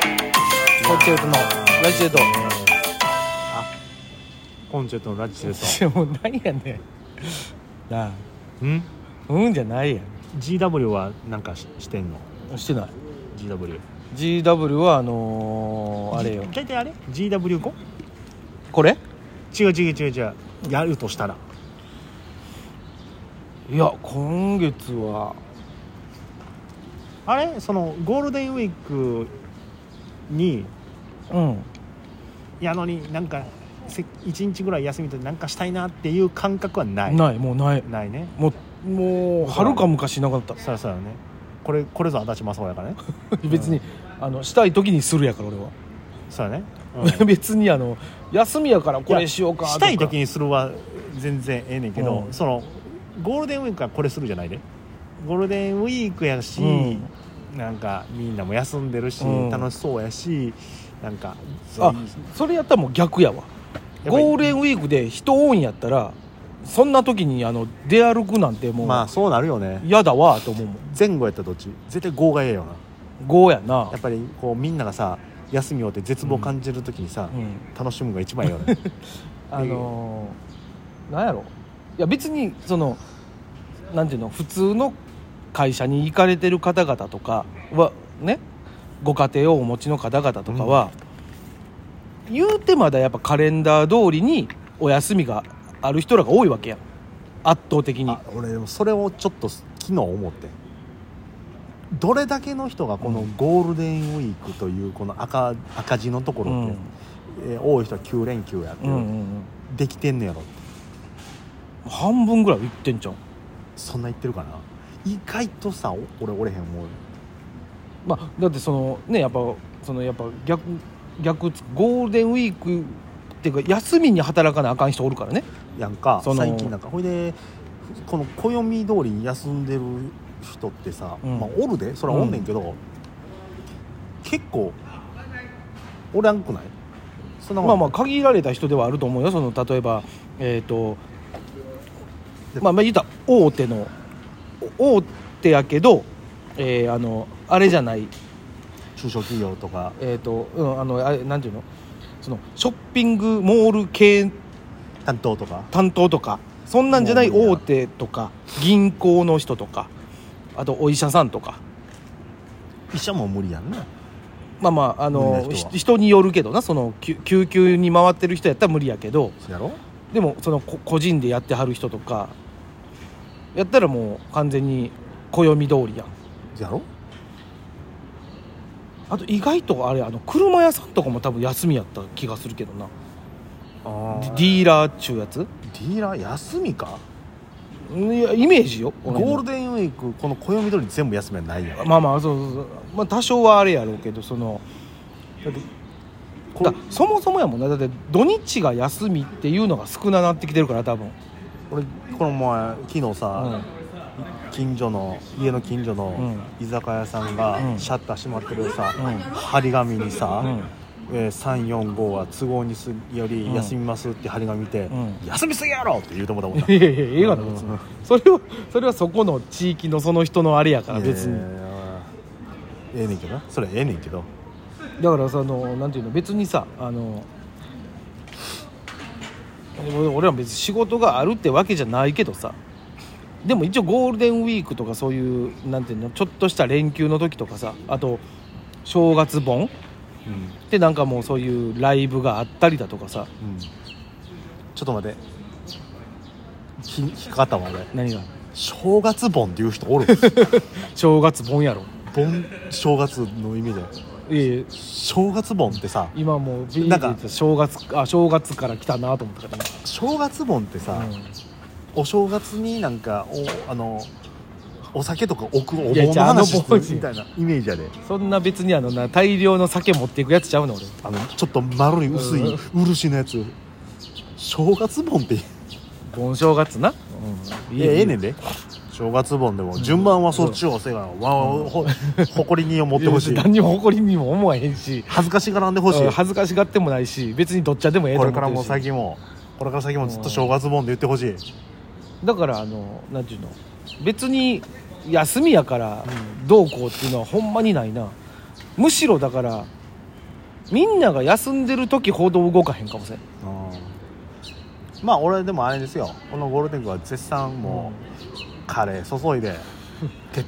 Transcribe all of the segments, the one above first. チェルトのラジチェルコンチェルトのラジチェル トもう何やねんなあトんうんじゃないや GW はなんかししてんのんしてない GW GW はあのー、あれよじ大体あれ GW5? これ違う違う違う違うやるとしたらいや今月はあれそのゴールデンウィークにうんやのになんかせ一日ぐらい休みとなんかしたいなっていう感覚はないないもうないないねもうもうはるか昔なかったそうそうよねこれこれぞ足立正也からね別にあのしたい時にするやから俺は、そうやね、うん別にあの休みやからこれしようかとかしたい時にするは全然ええねんけど、うんそのゴールデンウィークはこれするじゃないでゴールデンウィークやし、うんなんかみんなも休んでるし、うん楽しそうやしなんかそうあいうそれやったらもう逆やわやっぱりゴールデンウィークで人多いんやったらそんな時にあの出歩くなんてもうまあそうなるよね嫌だわと思うもん前後やったらどっち絶対5がええよな5やなやっぱりこうみんながさ休みをって絶望感じるときにさ、うん楽しむのが一番いいよねあのー、なんやろいや別にそのなんていうの普通の会社に行かれてる方々とかはねご家庭をお持ちの方々とかは、言うてまだやっぱカレンダー通りにお休みがある人らが多いわけやん圧倒的にあ俺でもそれをちょっと昨日思ってどれだけの人がこのゴールデンウィークというこの赤赤字のとこうろんって、えー多い人は9連休やって、うんうんうんできてんねやろって半分ぐらいは行ってんじゃんそんな言ってるかな意外とさお俺折れへんもうまあ、だってそのねやっぱそのやっぱ逆逆つゴールデンウィークっていうか休みに働かなあかん人おるからねやんかその最近なんかほいでこの暦通りに休んでる人ってさ、うんまあおるでそれはおんねんけど、結構おらんくないそんなまあまああ限られた人ではあると思うよその例えばえっ、とまあまあ言ったら大手のお大手やけど、えーあのあれじゃない中小企業とかえっ、と、うん、あのあれなんていうのそのショッピングモール系担当とか担当とかそんなんじゃないもう無理や大手とか銀行の人とかあとお医者さんとか医者も無理やんなまあまああ無理のなひ人は人によるけどなその救救急に回ってる人やったら無理やけどそやろでもそのこ個人でやってはる人とかやったらもう完全に暦通りやんそやろあと意外とあれあの車屋さんとかも多分休みやった気がするけどなあディデーィーラーっちゅうやつディーラー休みかうんいやイメージよゴ俺のールデンウィークこの暦通り全部休みはないやんまあまあそうそうそう、まあ、多少はあれやろうけどそのだってこだそもそもやもんなだって土日が休みっていうのが少ななってきてるから多分、俺この前昨日うさ、ん、近所の家の近所の居酒屋さんがうんシャッター閉まってるさ、うん張り紙にさ、うんえー345は都合にすより休みますって張り紙見て、うん休みすぎやろって言うと思ったもんないやいや映画だ別にそれはそれはそこの地域のその人のあれやから別に、いやいやいやええねんけどなそれええねんけどだからそのなんていうの別にさあの俺俺ら別に仕事があるってわけじゃないけどさでも一応ゴールデンウィークとかそういうなんていうのちょっとした連休の時とかさあと正月盆うん、でなんかもうそういうライブがあったりだとかさうん、ちょっと待ってひ引っかかったわ俺何が正月盆っていう人 おる正月盆やろ盆正月の意味でいえいえ正月盆ってさ今もうビーなルで言っんかてた正月あ正月から来たなと思ったから正月盆ってさ、今、うんお正月になんかおあのお酒とか置くおいや盆じのゃあ話しあのて盆るみたいなイメージやでそんな別にあのな大量の酒持っていくやつちゃうの俺あのちょっと丸い薄い漆のやつ正月盆ってい盆正月な、うん、やええねんで正月盆でも順番はそっちをせがわ、ほ 誇りに思ってほしい何にも誇りにも思わへんし恥ずかしがらんでほしいうん恥ずかしがってもないし別にどっちゃでもええとこ思れっかてらるしも先もこれから先もずっと正月盆で言ってほしいだからあのなんていうの別に休みやからどうこうっていうのはほんまにないなむしろだからみんなが休んでる時ほど動かへんかもしれんうんまあ俺でもあれですよこのゴールデンウィークは絶賛もうカレー注いでて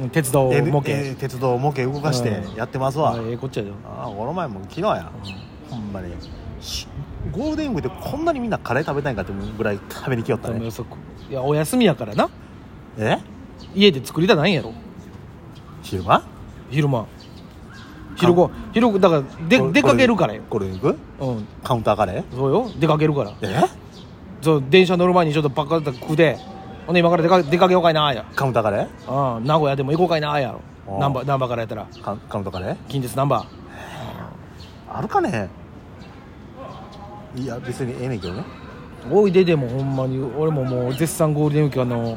うん鉄道え模型え鉄道模型動かしてうんやってますわ、あええこっちゃよああこの前も昨日やほんまにしゴールデンウィークでこんなにみんなカレー食べたいんかってぐらい食べに来よったでもねよそいやお休みやからなえ家で作りたないんやろ昼間昼間昼ご昼ごだからでこれ出かけるからよゴールデンウィークうんカウンターカレーそうよ出かけるからえそう電車乗る前にちょっとバカだ食うてほんで今から出か出かけようかいなーやカウンターカレーうん名古屋でも行こうかいなーやあろーナンバーナンバーからやったらカウカウンターカレー近鉄ナンバあるかねいや別にええねんけどねーおいででもほんまに俺ももう絶賛ゴールデンウィークあの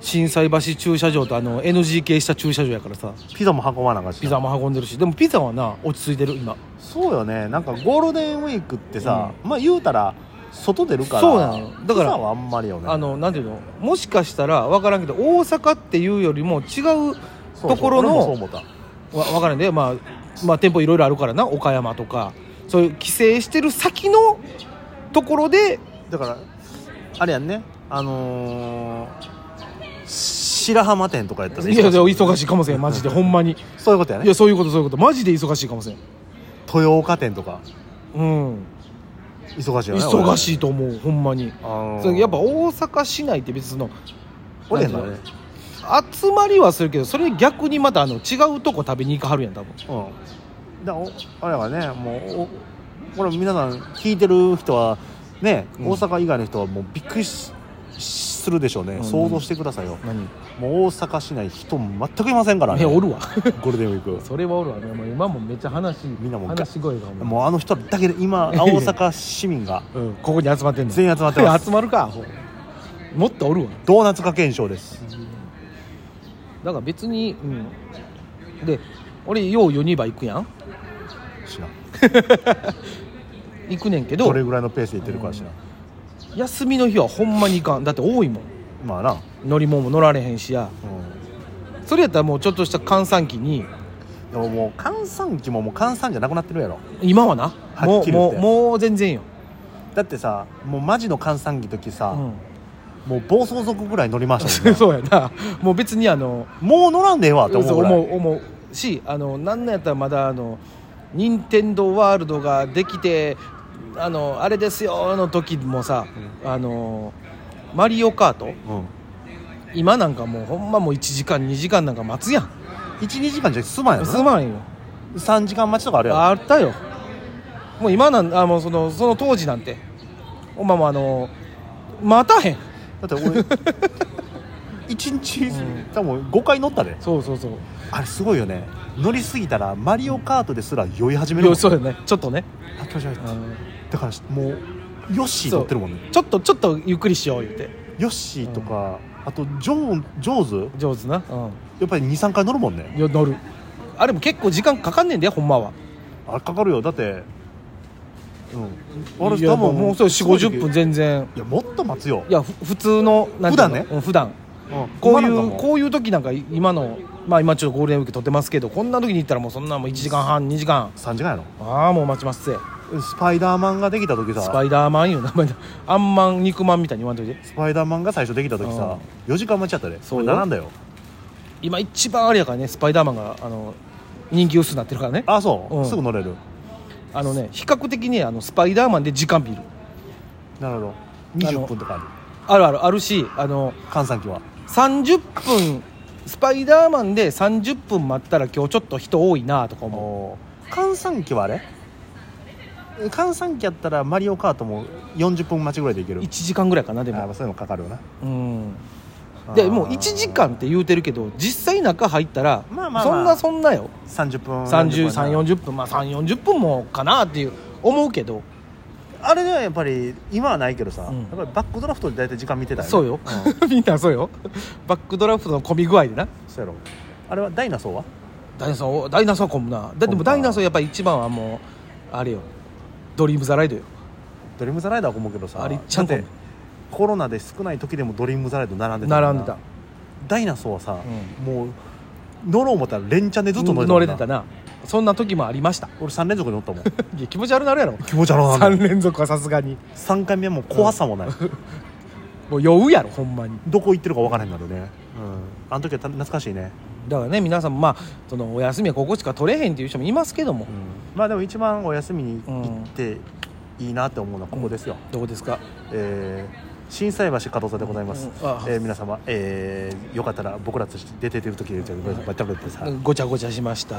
心斎橋駐車場とあの NGK した駐車場やからさピザも運ばなあかんしなピザも運んでるしでもピザはな落ち着いてる今そうよねなんかゴールデンウィークってさ、まあ言うたら外出るからそうなのだからピザはあんまりよねあのなんていうのもしかしたら分からんけど大阪っていうよりも違うそうそうところ俺ものそう思ったわ分からんで、まあ、まあ店舗いろいろあるからな岡山とかそういう帰省してる先のところでだからあれやんねあのー白浜店とかやったらいやいや忙し忙しいかもしれんマジでほん まにそういうことやいねやそういうことそういうことマジで忙しいかもしれん豊岡店とかうん忙しいよね忙しいいと思うほんまにあのーそうやっぱ大阪市内って別にその俺やんだねなんていうの集まりはするけどそれ逆にまたあの違うとこ食べに行かはるやん多分うんだからおあれはねもうおこれ皆さん聞いてる人はね、うん大阪以外の人はもうびっくりしするでしょうね、うん想像してくださいよ何もう大阪市内人全くいませんからいねやおるわゴールデンウィーそれはおるわねもう今もめっちゃ話みんなもう話し声がおク前もうあの人だけで今大阪市民がうん、ここに集まってんの全員集まってます集まるかアホもっとおるわドーナツ化現象ですだから別にうんで俺ようユニバ行くやん知らん行くねんけどどれぐらいのペースでいってるか知らん、休みの日はほんまに行かんだって多いもんまあな、乗り物も乗られへんしやうそれやったらもうちょっとした閑散期にん、でももう閑散期ももう閑散じゃなくなってるやろ今はなはもっうきり言もっうてもう全然よ、だってさもうマジの閑散期の時さ、うもう暴走族ぐらい乗りましたもん ん、そうやねなもう別にあのもう乗らんでええわと思うそうぐら思いう思うしあのなんなんやったらまだあの任天堂ワールドができてあのあれですよの時もさ、あのマリオカートうん今なんかもうほんまもう1時間2時間なんか待つやん12時間じゃ済まんやろすまんよ3時間待ちとかあるやろあったよもう今なんあもうそのその当時なんてお前もあの待たへんだっ て俺一日多分5回乗ったでそうそうそうあれすごいよね乗りすぎたらマリオカートですら酔い始めるよもんそうやねちょっとね、あ気持ち悪いうんだからもうヨッシー乗ってるもんねちょっとちょっとゆっくりしよう言ってヨッシーとか、あとジョージョーズ上手な、うん、やっぱり23回乗るもんねいや乗るあれも結構時間かかんねんでほんまはあれかかるよだってうんあれいや多もう分もうそれ4 5 0分い全然やもっと待つよいやふ普通のなんていうの普段ねうん普段うんこうい今なんかうもこういう時なんか今のまあ今ちょっとゴールデンウィーク撮ってますけどこんな時に行ったらもうそんなもう1時間半2時間3時間やろああもう待ちますぜスパイダーマンができた時さスパイダーマン よ名前だあんまん肉まんみたいに言わんといてスパイダーマンが最初できた時さ4時間待ちやったでそうよ並んだよ今一番あれやからねスパイダーマンがあの人気薄になってるからねあそう、うんすぐ乗れるあのね比較的ねあのスパイダーマンで時間見るなるほどあの20分とかあるあるあるあるしあの閑散期は30分スパイダーマンで30分待ったら今日ちょっと人多いなとか思おー閑散期はあれ閑散期やったらマリオカートも40分待ちぐらいでいけうる1時間ぐらいかなであーもまあそういうのかかるよなうんあでーもう1時間って言うてるけど実際中入ったらまあまあまあそんなそんなよ30分3040分まあ340分もかなっていう思うけどあれではやっぱり今はないけどさ、うんやっぱりバックドラフトで大体時間見てたよねそうよ みんなそうよバックドラフトの混み具合でなそうやろあれはダイナソーはダイナソーダイナソー混むなだで混もむかダイナソーやっぱり一番はもうあれよドリーム・ザ・ライドよドリームザライダーは思うけどさあれいっちゃんこだってコロナで少ない時でもドリームザライド並んでたもんな並んでたダイナソーはさ、うもう乗ろう思ったら連チャンでずっと乗れた乗れてたななそんな時もありました俺3連続で乗ったもんいや気持ち悪なるやろ気持ち悪いな3連続はさすがに3回目はもう怖さもない、もう酔うやろほんまにどこ行ってるか分からへんなるね、うん、あの時はた懐かしいね、だからね皆さんもまあそのお休みはここしか取れへんっていう人もいますけども、まあでも一番お休みに行っていいなって思うのはここですよ、どうですかえー、震災橋加藤さんでございます、うんあえー皆様、えーよかったら僕らとして出てる時に出てくださいごちゃごちゃしました